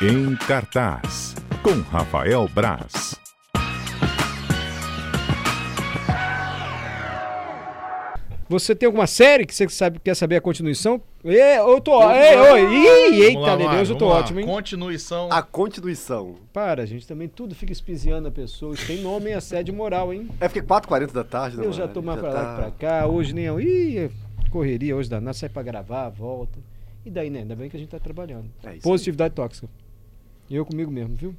Em cartaz, com Rafael Braz. Você tem alguma série que você sabe, quer saber a continuação? Ê, eu tô. Ei, oi, ih, eita, Vamos lá, meu vamos Deus, eu lá, tô vamos lá. ótimo, hein? Continuação. A continuação. Para, gente, também tudo fica espiziando a pessoa. Isso tem nome e assédio moral, hein? É porque é 4h40 da tarde, né? Eu já mano? tô mais pra lá tá- que pra cá. Hoje nem. Ih, é correria hoje danada. Sai pra gravar, volta. E daí, né? Ainda bem que a gente tá trabalhando. É isso Positividade tóxica. E eu comigo mesmo, viu?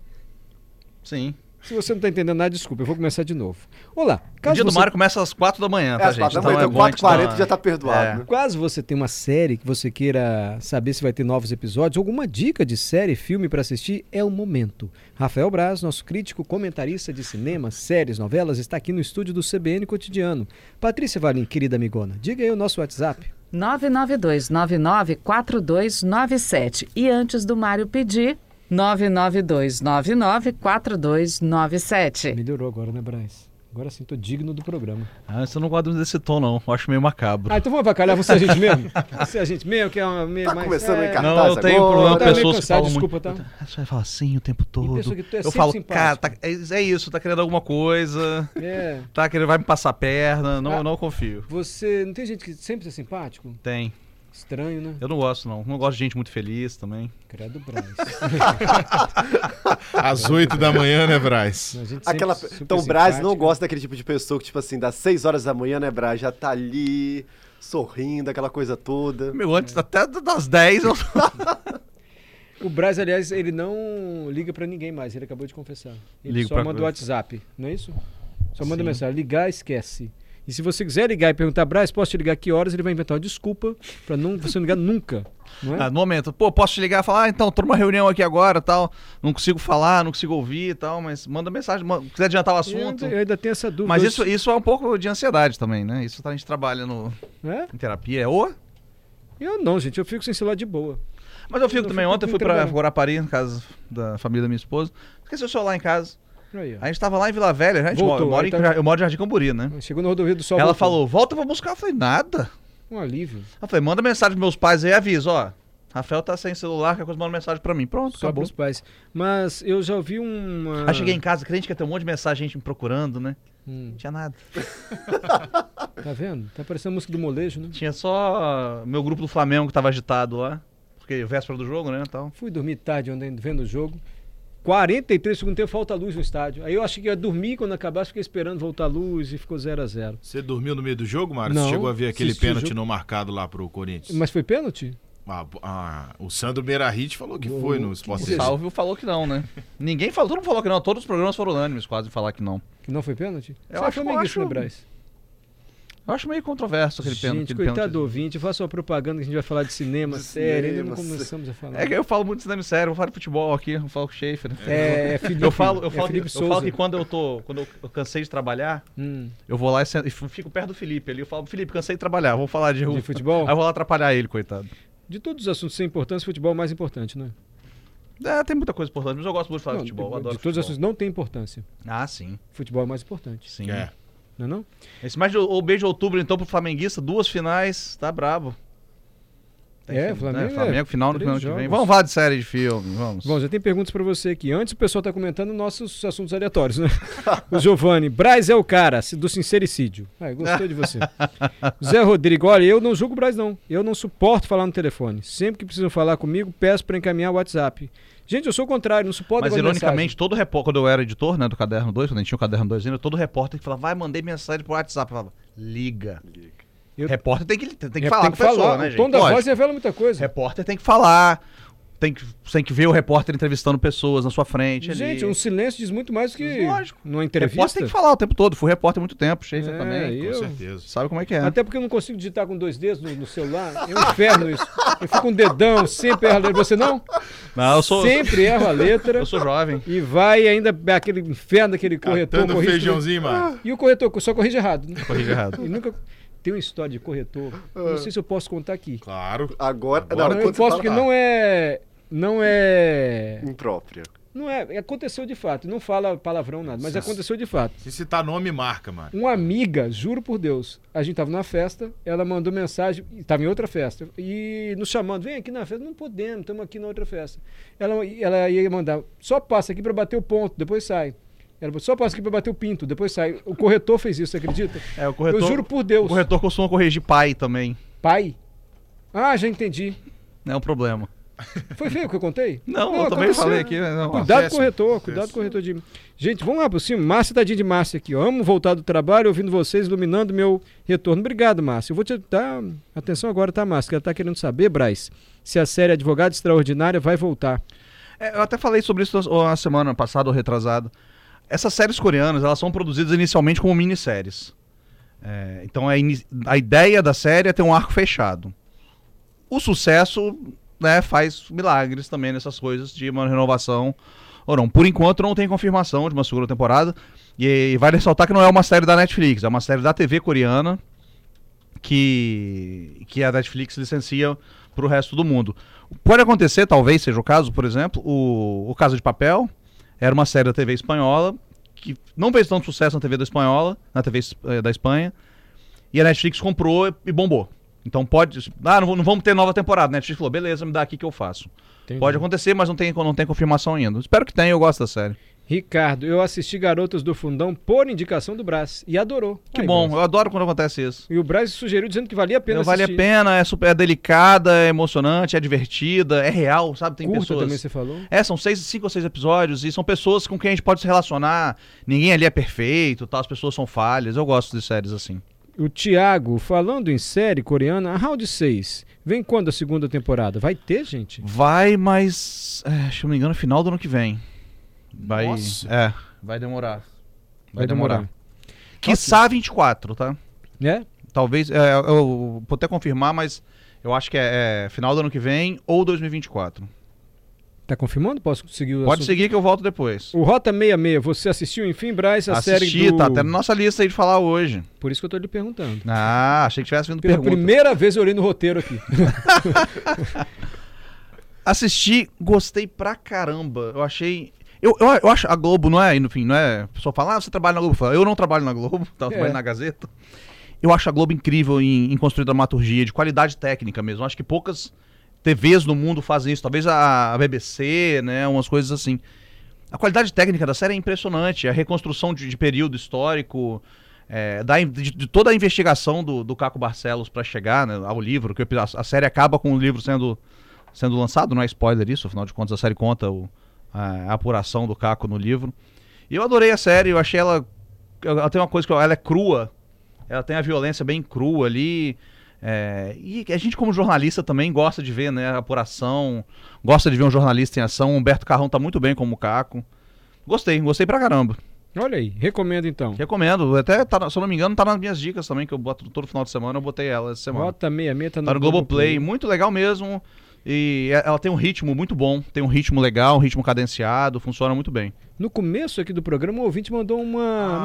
Sim. Se você não tá entendendo nada, desculpa, eu vou começar de novo. Olá, o caso dia do você... Mário começa às 4 da manhã, É, tá, às gente? quatro da manhã, então bom a gente 4h40 dar- já tá perdoado, É. né? Caso você tenha uma série que você queira saber se vai ter novos episódios, alguma dica de série, filme pra assistir, é o momento. Rafael Braz, nosso crítico, comentarista de cinema, séries, novelas, está aqui no estúdio do CBN Cotidiano. Patrícia Valim, querida amigona, diga aí o nosso WhatsApp. 992994297. E antes do Mário pedir, 992994297. Melhorou agora, né, Braz? Agora sim, tô digno do programa. Ah, você não gosta muito desse tom, não. Eu acho meio macabro. Ah, então vamos avacalhar você a gente mesmo? Você a gente mesmo, que é uma... Tá começando a encartar não, eu tenho agora. problema com Tá meio pessoas que cansado, falam desculpa, tá? muito. Ah, Você vai falar assim o tempo todo. pessoa que tu é eu sempre falo, cara, simpático. tá- é, é isso, tá querendo alguma coisa, É, tá querendo, vai me passar a perna, não, Ah. eu não confio. você... Não tem gente que sempre é simpático? Tem. Estranho, né? Eu não gosto, não. Não gosto de gente muito feliz também. Credo, Braz. Às 8 da manhã, né, Braz? A gente Aquela... sempre é super Então o Braz não simpático. gosta daquele tipo de pessoa que, tipo assim, das 6 horas da manhã, né, Braz? Já tá ali, sorrindo, aquela coisa toda. Meu, antes até das 10 eu O Braz, aliás, ele não liga pra ninguém mais, ele acabou de confessar. Ele Ligo só pra- manda o WhatsApp, não é isso? Só manda Sim. mensagem, ligar, esquece. E se você quiser ligar e perguntar, Braz, posso te ligar que horas? Ele vai inventar uma desculpa pra não, você não ligar nunca, não é? Ah, no momento, pô, posso te ligar e falar, ah, então, tô numa reunião aqui agora tal, não consigo falar, não consigo ouvir e tal, mas manda mensagem, manda- quiser adiantar o eu, assunto. ainda, eu ainda tenho essa dúvida. Mas isso, isso é um pouco de ansiedade também, né? Isso tá- a gente trabalha no, É? em terapia, é o. Eu não, gente, eu fico sem celular de boa. Mas eu fico também, fico ontem eu com fui pra trabalho. Guarapari, na casa da família da minha esposa, esqueci o celular em casa, Aí, ó. a gente tava lá em Vila Velha, né? A gente Voltou, mora- eu, moro aí em, tá- Jar- eu moro em Jardim Camburi, né? Chegou na rodovia do Sol. Ela voltou. falou, volta pra buscar, eu falei, nada. Um alívio. Eu falei, manda mensagem pros meus pais aí e avisa, ó, Rafael tá sem celular, qualquer coisa manda mensagem pra mim, pronto, Só acabou. pros pais. Mas eu já ouvi uma... Aí cheguei em casa, crente Tá que ia ter um monte de mensagem, gente me procurando, né? Hum, Não tinha nada. tá vendo? Tá parecendo a música do molejo, né? Tinha só meu grupo do Flamengo que tava agitado lá. Porque véspera do jogo, né? Então. Fui dormir tarde ontem vendo o jogo. 43 segundos tempo, falta luz no estádio. Aí eu achei que ia dormir quando acabasse, fiquei esperando voltar a luz e ficou 0 a 0 Você dormiu no meio do jogo, Mário? Não, Você chegou a ver aquele assisti o pênalti jogo. não marcado lá pro Corinthians? Mas foi pênalti? Ah, ah, o Sandro Meirahit falou que Gol. foi no Sport O Vocês- TV. Salvio falou que não, né? Ninguém falou, todo mundo falou que não. Todos os programas foram unânimes quase em falar que não. Que não foi pênalti? Eu Você é acho- eu flamenguista, né, acho- Braz? Eu acho meio controverso aquele pênalti. Gente, aquele coitado pênalti. do ouvinte, faça uma propaganda que a gente vai falar de cinema, De sério, ainda não cinema, começamos a falar. É que eu falo muito de cinema sério, eu falo de futebol aqui, eu falo com o Schaefer. né? É, é Felipe, Eu falo, é eu, falo que, Felipe eu Souza. falo que quando eu tô. Quando eu, eu cansei de trabalhar, Hum, eu vou lá e sento- e fico perto do Felipe ali. Eu falo, Felipe, cansei de trabalhar, vou falar de, de de futebol? Aí eu vou lá atrapalhar ele, coitado. De todos os assuntos sem importância, futebol é o mais importante, né? É, tem muita coisa importante, mas eu gosto muito de falar de Tá, futebol. Eu de, adoro de todos os futebol. assuntos não tem importância. Ah, sim. Futebol é o mais importante, Sim. É. não é não? Esse mais de o mês de outubro, então, pro Flamenguista, duas finais, tá brabo. É, Enfim, Flamengo é né? Flamengo, final no três final que vem. jogos. Vamos falar de série de filme, vamos. Bom, já tem perguntas pra você aqui. Antes o pessoal tá comentando nossos assuntos aleatórios, né? O Giovanni, Braz é o cara se- do sincericídio. Ah, gostou de você. Zé Rodrigo, olha, eu não julgo o Braz não. Eu não suporto falar no telefone. Sempre que precisam falar comigo, peço pra encaminhar o WhatsApp. Gente, eu sou o contrário, não suporto Mas mandar ironicamente, todo repórter, quando eu era editor, né, do Caderno 2, quando a gente tinha o Caderno 2 ainda, todo repórter que falava, vai, mandei mensagem pro WhatsApp, eu falava, liga. Eu- Repórter tem que, tem que mensagem. É, falar tem com a pessoa, né, O gente? tom da Lógico. voz revela muita coisa. Repórter tem que falar, tem que, tem que ver o repórter entrevistando pessoas na sua frente ali. Gente, um silêncio diz muito mais do que Lógico. numa Repórter entrevista. tem que falar o tempo todo, fui repórter há muito tempo, Schaefer É, também. eu- Com certeza. Sabe como é que é. Até porque eu não consigo digitar com dois dedos no, no celular. É um inferno isso. Eu fico com um dedão, sempre erro a letra. Você não? Não, eu sou, Sempre erro a letra. eu sou jovem. E vai ainda aquele inferno daquele corretor. né? Ah. Catando corrige feijãozinho, Mário. tudo. E o corretor só corrige errado. Né? Corrige errado. E nunca. Tem uma história de corretor. eu Não sei se eu posso contar aqui. Claro. Agora, Agora na hora Não, eu quando você posso fala, porque não é. Não é. "Ah, imprópria. Não é, aconteceu de fato. Não fala palavrão nada, mas aconteceu de fato. Se citar nome, marca, mano. Uma amiga, juro por Deus, a gente tava numa festa, ela mandou mensagem, e tava em outra festa, e nos chamando, vem aqui na festa, não podemos, estamos aqui na outra festa. Ela, ela ia mandar, só passa aqui para bater o ponto, depois sai. Ela falou, só passa aqui para bater o pinto, depois sai. O corretor fez isso, você acredita? É, o corretor. Eu juro por Deus. O corretor costuma corrigir pai também. Pai? Ah, já entendi. Não é um problema. Foi feio o que eu contei? Não, eu também aconteceu. falei aqui. mas Não. Cuidado Acesso, corretor, acesso. cuidado corretor de. Gente, vamos lá por cima. Márcia Tadinho de Márcia aqui. ó. Amo voltar do trabalho, ouvindo vocês, iluminando meu retorno. Obrigado, Márcia. Eu vou te dar atenção agora, tá, Márcia? Que ela tá querendo saber, Braz, se a série Advogado Extraordinária vai voltar. É, eu até falei sobre isso na na semana passada ou retrasada. Essas séries coreanas, elas são produzidas inicialmente como minisséries. É, então a, ini- a ideia da série é ter um arco fechado. O sucesso né, faz milagres também nessas coisas de uma renovação ou não. Por enquanto não tem confirmação de uma segunda temporada. E, vai ressaltar que não é uma série da Netflix, é uma série da TV coreana que, que a Netflix licencia para o resto do mundo. Pode acontecer, talvez seja o caso, por exemplo, o, o Casa de Papel era uma série da TV espanhola que não fez tanto sucesso na TV da espanhola, na TV es- eh, da Espanha, e a Netflix comprou e- e bombou. Então pode. Ah, não, vou- não vamos ter nova temporada. A Netflix falou, beleza, me dá aqui que eu faço. Pode acontecer, mas não tem, não tem confirmação ainda. Espero que tenha, eu gosto da série. Ricardo, eu assisti Garotas do Fundão por indicação do Braz e adorou. Que Aí, bom, Braz. eu adoro quando acontece isso. E o Braz sugeriu dizendo que valia a pena Não vale a assistir. pena, é super é delicada, é emocionante, é divertida, é real, sabe? Tem Curta pessoas. também, você falou. É, são seis, cinco ou seis episódios e são pessoas com quem a gente pode se relacionar. Ninguém ali é perfeito, tal, as pessoas são falhas. Eu gosto de séries assim. O Thiago, falando em série coreana, a Round 6. Vem quando a segunda temporada? Vai ter, gente? Vai, mas. É, se eu não me engano, final do ano que vem. Vai. Nossa. É, vai demorar. Vai, Vai demorar. demorar. Quiçá 24, tá? Né? Talvez. é, eu vou até confirmar, mas eu acho que é, é final do ano que vem ou 2024. Tá confirmando? Posso seguir o Pode assunto? seguir que eu volto depois. O Rota 66, você assistiu, enfim, Braz, a série Assisti, do... tá até na nossa lista aí de falar hoje. Por isso que eu tô lhe perguntando. Ah, achei que tivesse vindo Pela pergunta. primeira vez eu olhei no roteiro aqui. Assisti, gostei pra caramba. Eu achei. Eu, eu, eu acho a Globo, não é? E no fim, não é? A pessoa fala, ah, você trabalha na Globo. Fala, eu não trabalho na Globo, tá, eu É. trabalho na Gazeta. Eu acho a Globo incrível em, em construir dramaturgia, de qualidade técnica mesmo. Eu Acho que poucas TVs no mundo fazem isso. Talvez a, a BBC, né? Umas coisas assim. A qualidade técnica da série é impressionante. A reconstrução de, de período histórico, é, da in- de, de toda a investigação do, do Caco Barcelos pra chegar né, ao livro, que o epi- a, a série acaba com o livro sendo, sendo lançado, não é spoiler isso, afinal de contas a série conta o- a, a apuração do Caco no livro. E eu adorei a série, eu achei ela. Ela tem uma coisa que eu- ela é crua, ela tem a violência bem crua ali. é, e a gente, como jornalista, também gosta de ver né, a apuração, gosta de ver um jornalista em ação. O Humberto Carrão tá muito bem como Caco. Gostei, gostei pra caramba. Olha aí, recomendo então. Recomendo. Até, tá, na- se eu não me engano, tá nas minhas dicas também, que eu boto todo final de semana, eu botei ela essa semana. Rota 66 tá no, tá no Globoplay, muito legal mesmo. E e- ela tem um ritmo muito bom, tem um ritmo legal, um ritmo cadenciado, funciona muito bem. No começo aqui do programa, o ouvinte mandou uma Ah,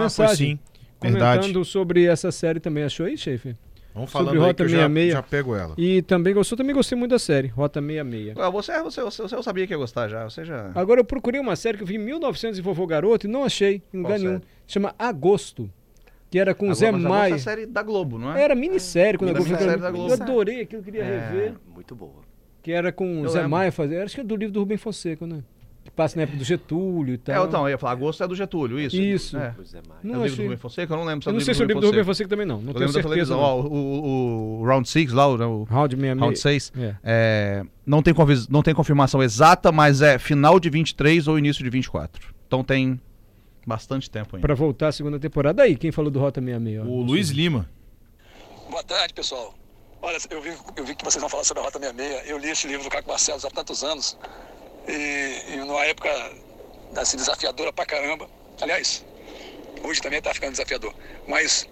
foi mensagem sim. comentando Verdade. sobre essa série também. Achou aí, chefe? Vamos sobre falando aí Rota que eu já, 66. já pego ela. E também gostou, também gostei muito da série, Rota 66. Ah, Você, você, você, você eu sabia que ia gostar já, você já... Agora eu procurei uma série que eu vi em 1900 e Vovô Garoto e não achei em lugar Qual nenhum. série? Chama Agosto, que era com Agora, Zé mas a Maia. nossa série da Globo, não é? Era minissérie quando a Globo Minissérie da Eu Globo. É. adorei aquilo, queria rever. É, Muito boa. Que era com o Eu Zé lembro. Maia fazer. Acho que é do livro do Rubem Fonseca, né? Que passa na época do Getúlio e É, tal. então, eu ia falar, agosto é do Getúlio, isso? Isso. É, Pois é, Maia. É Não o livro do achei. Rubem Fonseca, eu não lembro se é Eu não sei se é o livro do Rubem Fonseca também não. Não Eu tenho lembro da certeza. televisão, não. ó, o, o- o Round 6 lá, o, o Round 66. Round 6, É. É, não, tem convis- não tem confirmação exata, mas é final de 23 ou início de 24. Então tem bastante tempo ainda. Pra voltar à segunda temporada. Aí, quem falou do Rota 66? ó? O Luiz Lima. Boa tarde, pessoal. Olha, eu vi, eu vi que vocês vão falar sobre a Rota 66. Eu li esse livro do Caco Barcelos há tantos anos. E, e numa época assim, desafiadora pra caramba. Aliás, hoje também tá ficando desafiador. Mas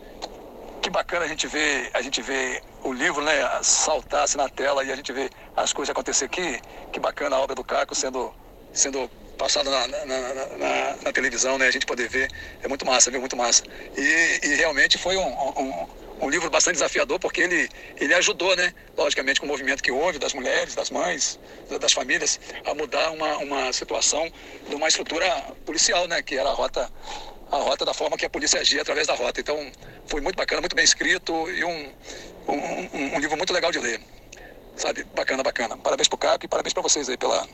que bacana a gente ver, a gente ver o livro, né, saltar-se na tela e a gente ver as coisas acontecer aqui. Que bacana a obra do Caco sendo, sendo passada na, na- na- na- na televisão, né? A gente poder ver. É muito massa, viu? Muito massa. E, e realmente foi um, um- um livro bastante desafiador, porque ele, ele ajudou, né? Logicamente, com o movimento que houve das mulheres, das mães, da- das famílias, a mudar uma, uma situação de uma estrutura policial, né? Que era a rota, a rota da forma que a polícia agia através da rota. Então, foi muito bacana, muito bem escrito e um, um, um- um livro muito legal de ler. Sabe? Bacana, bacana. Parabéns pro CAP, parabéns pra vocês aí pela,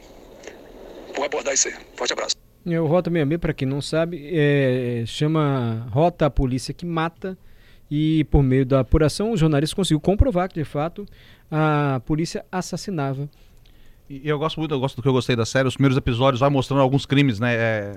por abordar isso aí. Forte abraço. É, O Rota 66, para quem não sabe, é, chama Rota a Polícia que Mata. E por meio da apuração, o jornalista conseguiu comprovar que, de fato, a polícia assassinava. E eu gosto muito, eu gosto do que eu gostei da série. Os primeiros episódios vai mostrando alguns crimes, né? é,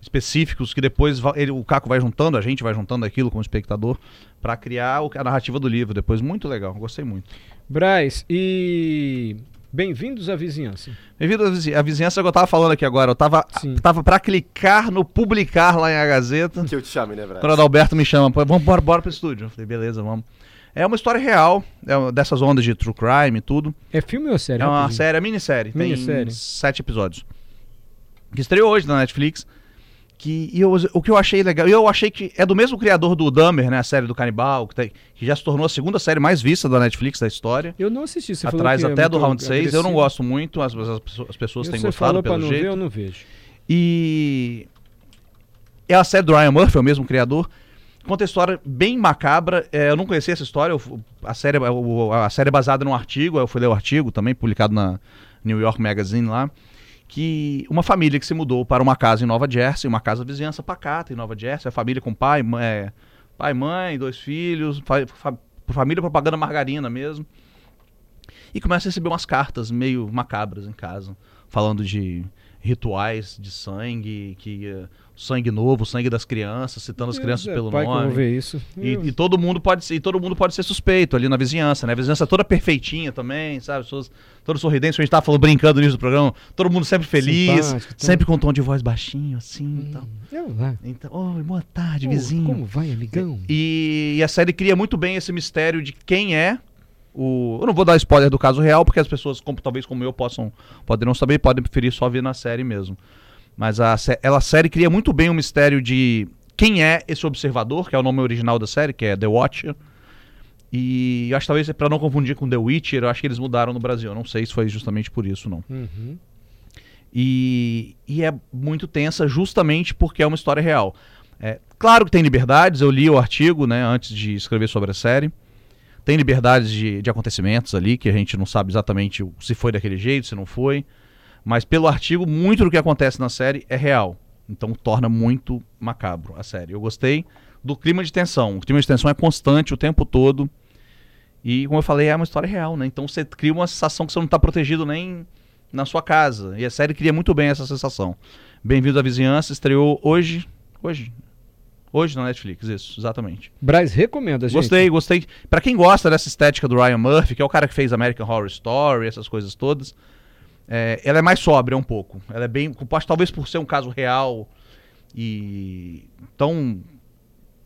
específicos que depois va- ele, o Caco vai juntando, a gente vai juntando aquilo como espectador pra criar o- a narrativa do livro. Depois, muito legal, gostei muito. Braz, e bem-vindos à vizinhança. Bem-vindo à vizi- à vizinhança que eu tava falando aqui agora. Eu tava, Sim. tava pra clicar no publicar lá em A Gazeta. Que eu te chame, né, Braz? Quando o Adalberto me chama, pô, vamos bora, bora pro estúdio. Eu falei, beleza, vamos. É uma história real, é uma- dessas ondas de true crime e tudo. É filme ou série? É uma Rapidinho. série, é minissérie. Tem Minissérie. sete episódios. Que estreou hoje na Netflix. Que e eu- o que eu achei legal. Eu achei que é do mesmo criador do Dahmer, né? A série do Canibal, que, tem- que já se tornou a segunda série mais vista da Netflix da história. Eu não assisti, você falou atrás que é até do muito Round 6. Eu não agressivo. gosto muito, as, as, as pessoas Eu- têm você gostado falou pra pelo não jeito. ver, eu não vejo. E é a série do Ryan Murphy, é o mesmo criador. Conta a história bem macabra. É, eu não conhecia essa história. eu fu- a, série, é- o- a série é baseada num artigo. Eu fui ler o artigo também, publicado na New York Magazine lá. Que uma família que se mudou para uma casa em Nova Jersey, uma casa vizinhança pacata em Nova Jersey. A família com pai, mãe, é, pai, mãe, dois filhos. fa- fa- família propaganda margarina mesmo. E começa a receber umas cartas meio macabras em casa, falando de rituais de sangue, que eh, sangue novo, sangue das crianças, citando as Meu crianças Zé pelo é, pai, que eu vou nome. ver isso. E, Eu- e todo mundo pode ser, e todo mundo pode ser suspeito ali na vizinhança, né? A vizinhança toda perfeitinha também, sabe? Pessoas todo sorridente, a gente tava falando brincando nisso do programa, todo mundo sempre feliz, Simpático, tá? sempre com um tom de voz baixinho assim, e tal. eu lá. Então, oi, boa tarde, Pô, vizinho. Como vai, amigão? E, e a série cria muito bem esse mistério de quem é o. Eu não vou dar spoiler do caso real, porque as pessoas, como, talvez como eu, possam podem não saber, podem preferir só ver na série mesmo. Mas a, sé- ela, a série cria muito bem o mistério de quem é esse observador, que é o nome original da série, que é The Watcher. E eu acho que talvez é pra não confundir com The Witcher, eu acho que eles mudaram no Brasil. Eu não sei se foi justamente por isso, não. Uhum. E, e é muito tensa justamente porque é uma história real. É, claro que tem liberdades, eu li o artigo né, antes de escrever sobre a série. Tem liberdades de, de acontecimentos ali, que a gente não sabe exatamente o- se foi daquele jeito, se não foi. Mas pelo artigo, muito do que acontece na série é real. Então torna muito macabro a série. Eu gostei do clima de tensão. O clima de tensão é constante o tempo todo. E, como eu falei, é uma história real, né? Então você cria uma sensação que você não tá protegido nem na sua casa. E a série cria muito bem essa sensação. Bem-vindo à Vizinhança estreou hoje. Hoje? Hoje na Netflix, isso, exatamente. Braz recomenda, gente. Gostei, gostei. Pra quem gosta dessa estética do Ryan Murphy, que é o cara que fez American Horror Story, essas coisas todas, é, ela é mais sóbria um pouco. Ela é bem. acho que Talvez por ser um caso real e tão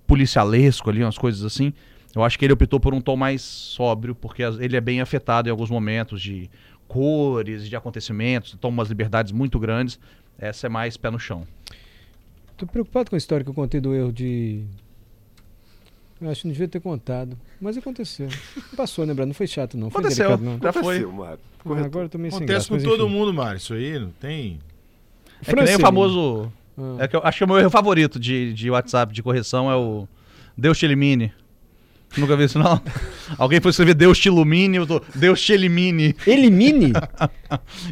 policialesco ali, umas coisas assim. Eu acho que ele optou por um tom mais sóbrio, porque as- ele é bem afetado em alguns momentos de cores, de acontecimentos, toma umas liberdades muito grandes. Essa é mais pé no chão. Tô preocupado com a história que eu contei do erro de. Eu acho que não devia ter contado. Mas aconteceu. Passou, lembrar, não foi chato, não. Foi Aconteceu. delicado, não. Já foi. Aconteceu, Mário. Ah, Agora eu tô meio sem Acontece graça, com mas todo enfim. mundo, Mário. Isso aí não tem. É que nem o Francine. famoso. Ah. É que eu, acho que é o meu erro favorito de, de WhatsApp, de correção, é o Deus te elimine. Nunca vi isso, não? Alguém foi escrever Deus te ilumine, eu tô Deus te elimine. Elimine?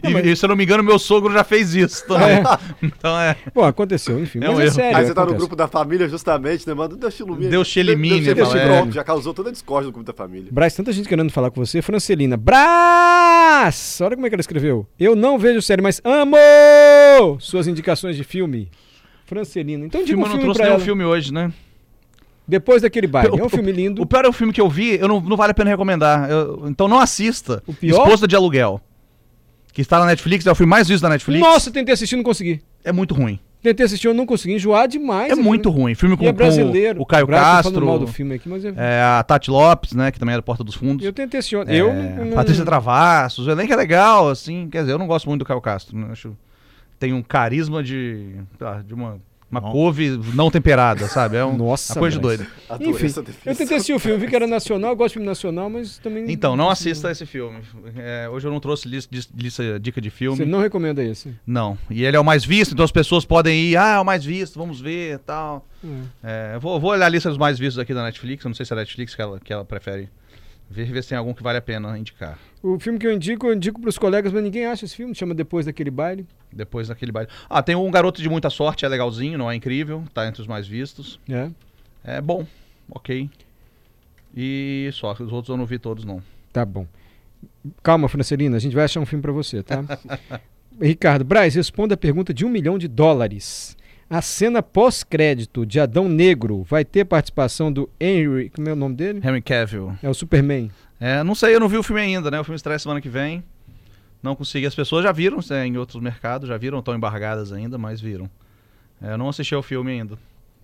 E, e, se eu não me engano, meu sogro já fez Ah, isso também. Então é, Bom, aconteceu, enfim. É mas um é erro. sério. Aí você tá no acontece. grupo da família, justamente, né? Manda Deus te ilumine. Deus te elimine, Deus te Valério. Pronto, já causou toda a discórdia no grupo da família. Braz, tanta gente querendo falar com você. Francelina. Braz! Olha como é que ela escreveu. Eu não vejo série, mas amo suas indicações de filme. Francelina. Então o diga um filme eu não filme trouxe pra nenhum ela. filme hoje, né? Depois daquele baile. É O- um filme lindo. O pior é o filme que eu vi, eu não, não vale a pena recomendar. Eu- então não assista. O pior? Esposa de Aluguel. Que está na Netflix, é o filme mais visto da Netflix. Nossa, tentei assistir, não consegui. É muito ruim. Tentei assistir, eu não consegui. Enjoar demais. é aquilo. muito ruim. Filme com, E é com brasileiro. o Caio Braço, tô Castro, falando mal do filme aqui, mas é... é, a Tati Lopes, né? Que também era Porta dos Fundos. Eu tentei assistir. ontem. É, Eu não... não- Patrícia Travassos, o elenco é legal, assim. Quer dizer, eu não gosto muito do Caio Castro, né? Acho, tem um carisma de. sei lá, de uma Uma Não. couve não temperada, sabe? É um, Nossa, uma coisa de Brás. doido. Adorei Enfim, é essa eu definição. tentei assistir o filme, vi que era nacional, eu gosto de filme nacional, mas também. Então, não assista esse filme. É, hoje eu não trouxe lista, dis- lista- dica de filme. Você não recomenda esse. Não. E ele é o mais visto, então as pessoas podem ir, ah, é o mais visto, vamos ver tal. Hum. É, eu vou, vou olhar a lista dos mais vistos aqui da Netflix, eu não sei se é a Netflix que ela, que ela prefere. Ver, ver se tem algum que vale a pena indicar. O filme que eu indico, eu indico pros colegas, mas ninguém acha esse filme, chama Depois daquele baile. Depois naquele baile. Ah, tem um garoto de muita sorte, é legalzinho, não é incrível, tá entre os mais vistos. É. É bom, ok. E só, os outros eu não vi todos, não. Tá bom. Calma, Francelina, a gente vai achar um filme pra você, tá? Ricardo, Braz, responda a pergunta de um milhão de dólares. A cena pós-crédito de Adão Negro vai ter participação do Henry. Como é o nome dele? Henry Cavill. É o Superman. É, não sei, eu não vi o filme ainda, né? O filme estreia semana que vem. Não consegui. As pessoas já viram né, em outros mercados, já viram, estão embargadas ainda, mas viram. É, eu não assisti ao filme ainda.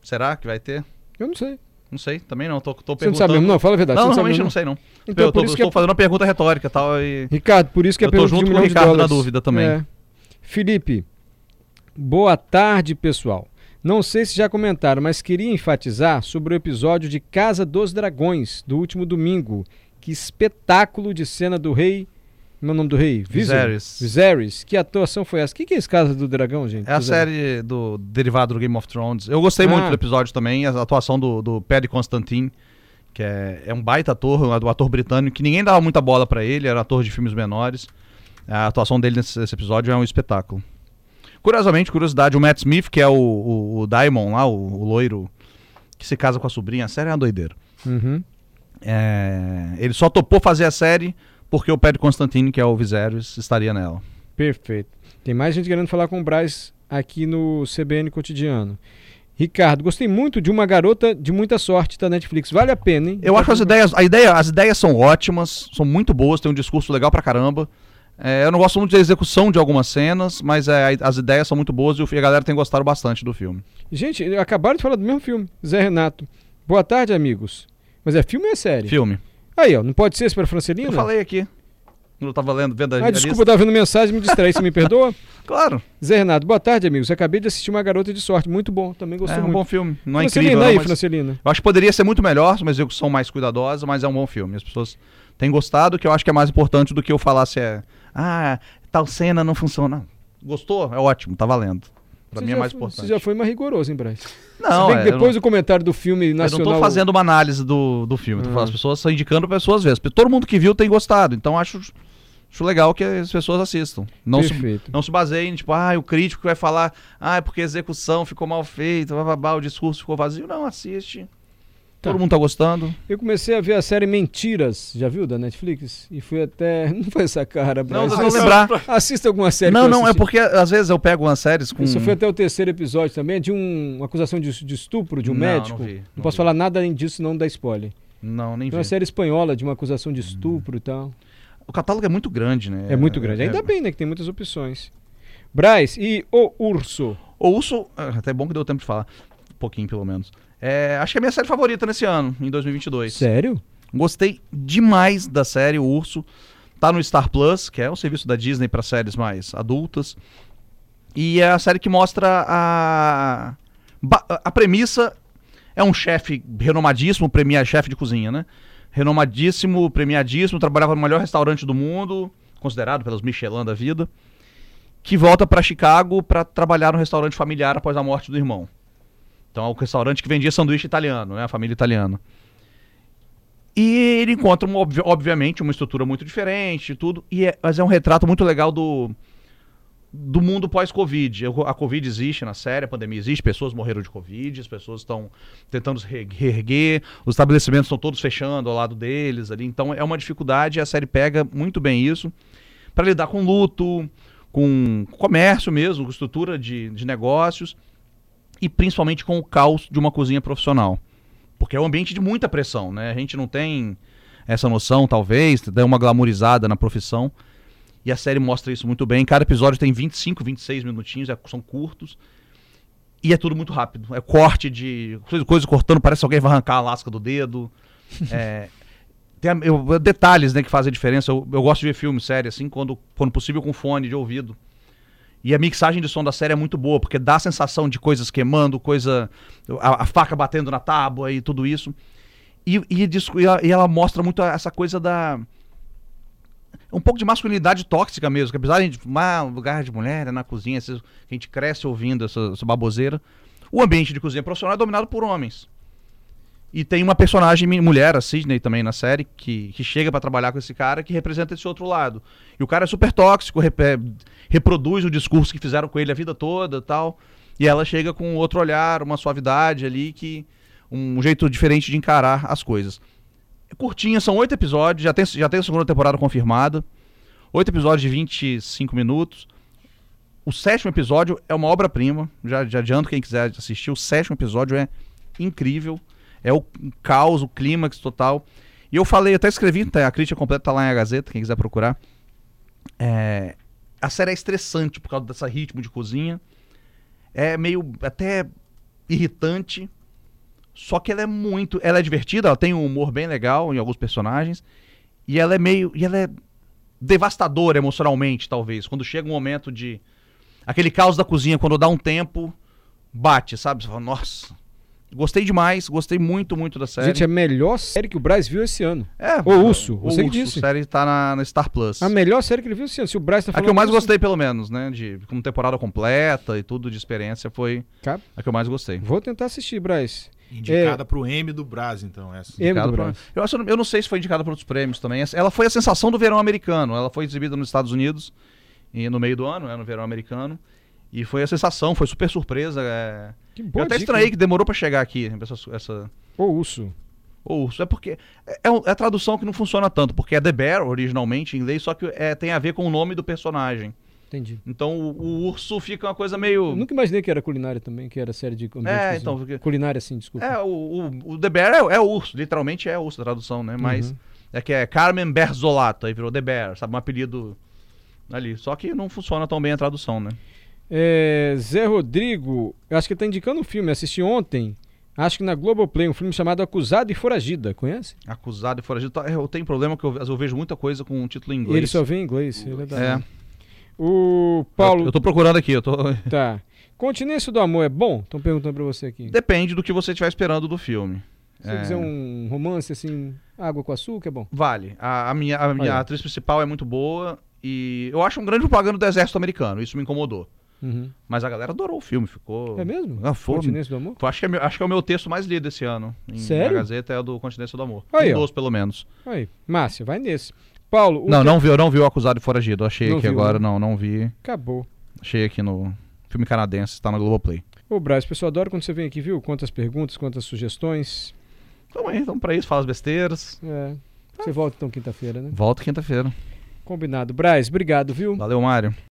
Será que vai ter? Eu não sei. Não sei, também não. Tô, tô Você não perguntando. sabe mesmo, não? Fala a verdade. não, você não sabe realmente eu mesmo, não sei, não. Então, eu tô, por isso que estou é- fazendo uma pergunta retórica e tal. E... Ricardo, por isso que é Eu tô pergunta junto de um com o milhão Ricardo de na dólares. dúvida também. É. Felipe, boa tarde, pessoal. Não sei se já comentaram, mas queria enfatizar sobre o episódio de Casa dos Dragões, do último domingo. Que espetáculo de cena do rei. Meu nome do rei? Viserys. Viserys. Que atuação foi essa? O que, que é esse Casa do Dragão, gente? É a Viserys. série do derivado do Game of Thrones. Eu gostei Ah. muito do episódio também, a atuação do, do Paddy Constantine, que é, é um baita ator, um adu- ator britânico, que ninguém dava muita bola pra ele, era ator de filmes menores. A atuação dele nesse, nesse episódio é um espetáculo. Curiosamente, curiosidade, o Matt Smith, que é o, o, o Daimon lá, o, o loiro, que se casa com a sobrinha, a série é uma doideira. Uhum. É, ele só topou fazer a série porque o Paddy Constantine, que é o Viserys, estaria nela. Perfeito. Tem mais gente querendo falar com o Braz aqui no CBN Cotidiano. Ricardo, gostei muito de Uma Garota de Muita Sorte da Netflix. Vale a pena, hein? Eu acho as ideias, a ideia, as ideias são ótimas, são muito boas, tem um discurso legal pra caramba. É, eu não gosto muito da execução de algumas cenas, mas é, as ideias são muito boas e o- e a galera tem gostado bastante do filme. Gente, acabaram de falar do mesmo filme, Zé Renato. Boa tarde, amigos. Mas é filme ou é série? Filme. Aí, ó, não pode ser esse para Francelina? Eu falei aqui. Eu tava lendo, vendo a, né? Ah, a desculpa, eu tava vendo mensagem, me distraí, você me perdoa? lista. Claro, Zé Renato, boa tarde, amigos. Acabei de assistir Uma Garota de Sorte, muito bom, também é gostei um muito. bom filme. Não é Francelina, incrível, não, aí, mas- Francelina. Eu acho que poderia ser muito melhor, uma execução mais cuidadosa, mas é um bom filme. As pessoas têm gostado, que eu acho que é mais importante do que eu falar se é. Ah, tal cena não funciona. Gostou? É ótimo, tá valendo. Pra Você mim é já mais foi- importante. Você já foi mais rigoroso, hein, Braz? Não, Se bem que é, eu não- depois do comentário do filme nacional... Uhum. Eu não tô fazendo uma análise do, do filme. Tô falando, as pessoas estão indicando para pessoas verem. Todo mundo que viu tem gostado. Então acho, acho legal que as pessoas assistam. Não se, Perfeito. não se baseiem, tipo, ah, o crítico vai falar, ah, é porque a execução ficou mal feita, blá, blá, blá, o discurso ficou vazio. Não, assiste. Tá. Todo mundo tá gostando. Eu comecei a ver a série Mentiras, já viu, da Netflix? E fui até... Não foi essa cara, Não, Braz. não vou lembrar. Assista alguma série Não, que eu não, é Hum. assisti. porque às vezes eu pego umas séries com. Isso foi até o terceiro episódio também, de um- uma acusação de, de estupro de um Não, médico. não vi, não posso vi. falar nada além disso, não dá spoiler. Não, nem É vi. uma série espanhola de uma acusação de estupro e tal. O catálogo é muito grande, né? É, muito grande. Ainda bem, né, que tem muitas opções. Braz e O Urso. O Urso, ah, até bom que deu tempo de falar. Um pouquinho, pelo menos. É, acho que é a minha série favorita nesse ano, em 2022. Sério? Gostei demais da série O Urso. Tá no Star Plus, que é o serviço da Disney para séries mais adultas. E é a série que mostra a ba- a premissa é um chefe renomadíssimo, premia chefe de cozinha, né? Renomadíssimo, premiadíssimo, trabalhava no melhor restaurante do mundo, considerado pelos Michelin da vida, que volta para Chicago para trabalhar no restaurante familiar após a morte do irmão. Então é o restaurante que vendia sanduíche italiano, né? A família italiana. E ele encontra, um, obvi- obviamente, uma estrutura muito diferente e tudo. E é- mas é um retrato muito legal do, do mundo pós-Covid. Eu- A Covid existe na série, a pandemia existe, pessoas morreram de Covid, as pessoas estão tentando se re- reerguer, os estabelecimentos estão todos fechando ao lado deles ali. Então é uma dificuldade e a série pega muito bem isso para lidar com luto, com comércio mesmo, com estrutura de, de negócios e principalmente com o caos de uma cozinha profissional. Porque é um ambiente de muita pressão, né? A gente não tem essa noção, talvez, dá uma glamourizada na profissão. E a série mostra isso muito bem. Cada episódio tem 25, 26 minutinhos, é- são curtos. E é tudo muito rápido. É corte de. coisa- coisa cortando, parece que alguém vai arrancar a lasca do dedo. É, tem a- eu- detalhes né, que fazem a diferença. Eu, eu gosto de ver filme, série, assim, quando, quando possível, com fone de ouvido. E a mixagem de som da série é muito boa, porque dá a sensação de coisas queimando, coisa. a, a faca batendo na tábua e tudo isso. E, e dis- e ela- e ela mostra muito essa coisa da. Um pouco de masculinidade tóxica mesmo, que apesar de a gente fumar um lugar de mulher, na cozinha, esses- a gente cresce ouvindo essa, essa baboseira. O ambiente de cozinha profissional é dominado por homens. E tem uma personagem mi- mulher, a Sidney também na série, que, que chega pra trabalhar com esse cara que representa esse outro lado. E o cara é super tóxico, repé- reproduz o discurso que fizeram com ele a vida toda tal. E ela chega com outro olhar, uma suavidade ali, que um jeito diferente de encarar as coisas. É Curtinha, são oito episódios, já tem, já tem a segunda temporada confirmada. Oito episódios de 25 minutos. O sétimo episódio é uma obra-prima. Já, já adianto quem quiser assistir. O sétimo episódio é incrível. É o caos, o clímax total. E eu falei, eu até escrevi, tá, a crítica completa tá lá na Gazeta, quem quiser procurar. É, a série é estressante por causa desse ritmo de cozinha. É meio até irritante. Só que ela é muito. Ela é divertida, ela tem um humor bem legal em alguns personagens. E ela é meio. E ela é devastadora emocionalmente, talvez. Quando chega um momento de. Aquele caos da cozinha, quando dá um tempo, bate, sabe? Você fala, nossa. Gostei demais, gostei muito, muito da série. Gente, é a melhor série que o Braz viu esse ano. É, Ô, Urso, você que Urso, disse. A série tá na, na Star Plus. A melhor série que ele viu esse ano. Se o Braz tá A falando. que eu mais isso- gostei, pelo menos, né? De como temporada completa e tudo de experiência, foi Cara, a que eu mais gostei. Vou tentar assistir, Braz. Indicada pro M do Brás, então, essa. É. Prêmio do Indicado Brasil. pra- Eu, acho- eu não sei se foi indicada para outros prêmios também. Essa- Ela foi a sensação do verão americano. Ela foi exibida nos Estados Unidos e no meio do ano, né, no verão americano. E foi a sensação, foi super surpresa. é. Que Eu boa até dica, estranhei hein? que demorou para chegar aqui essa, essa, Ô, urso. O urso. É porque. É, é um- é a tradução que não funciona tanto, porque é The Bear originalmente em inglês, só que é, tem a ver com o nome do personagem. Entendi. Então o, o urso fica uma coisa Eu meio. nunca imaginei que era culinária também, que era série de. É, então, porque- Culinária, sim, desculpa. É, o, o, o The Bear é, é o urso, literalmente é urso a tradução, né? Uhum. Mas é que é Carmen Berzolato, aí virou The Bear, sabe? Um apelido ali. Só que não funciona tão bem a tradução, né? É, Zé Rodrigo, eu acho que ele tá indicando um filme, assisti ontem. Acho que na Globoplay, um filme chamado Acusado e Foragida, conhece? Acusado e foragido. tá- Eu tenho problema que eu, eu vejo muita coisa com o título em E inglês. ele só vê em inglês. ele é da- É, O Paulo... eu, Paulo. tô procurando aqui, eu tô. É. Tá. Continência do Amor é bom? Estão perguntando pra você aqui. Depende do que você estiver esperando do filme. Se você quiser um romance assim, água com açúcar, é bom. Vale. A, a minha, a minha Olha. atriz principal é muito boa e eu acho um grande propaganda do exército americano. Isso me incomodou. Uhum. Mas a galera adorou o filme, ficou. É mesmo? Ah, foi. Continência do Amor? Eu Acho que, é, meu- acho que é o meu texto mais lido esse ano. Em, Sério? Na Gazeta é o do Continência do Amor. Aí, um ó. dos, pelo menos. Aí, Márcia, vai nesse. Paulo, o Não, que- não viu, não viu o Acusado e Foragido. Achei Não aqui viu, agora, né? não, não vi. acabou. Achei aqui no filme canadense, está na Globoplay. Ô, Braz, o pessoal adora quando você vem aqui, viu? Quantas perguntas, quantas sugestões. Então aí, então pra isso, fala as besteiras. É. Tá. Você volta então quinta-feira, né? Volta quinta-feira. Combinado. Braz, obrigado, viu? Valeu, Mário.